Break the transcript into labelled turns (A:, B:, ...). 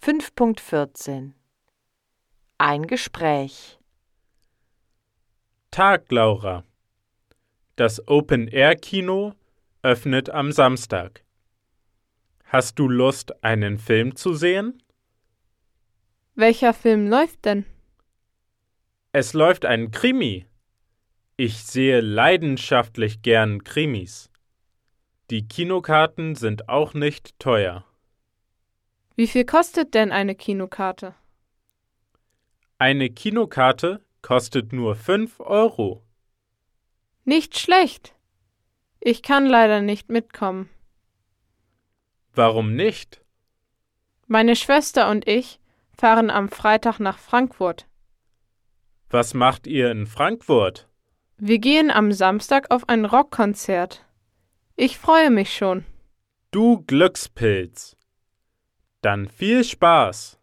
A: 5.14 Ein Gespräch
B: Tag, Laura. Das Open-Air-Kino öffnet am Samstag. Hast du Lust, einen Film zu sehen?
C: Welcher Film läuft denn?
B: Es läuft ein Krimi. Ich sehe leidenschaftlich gern Krimis. Die Kinokarten sind auch nicht teuer.
C: Wie viel kostet denn eine Kinokarte?
B: Eine Kinokarte kostet nur 5 Euro.
C: Nicht schlecht. Ich kann leider nicht mitkommen.
B: Warum nicht?
C: Meine Schwester und ich fahren am Freitag nach Frankfurt.
B: Was macht ihr in Frankfurt?
C: Wir gehen am Samstag auf ein Rockkonzert. Ich freue mich schon.
B: Du Glückspilz. Dann viel Spaß.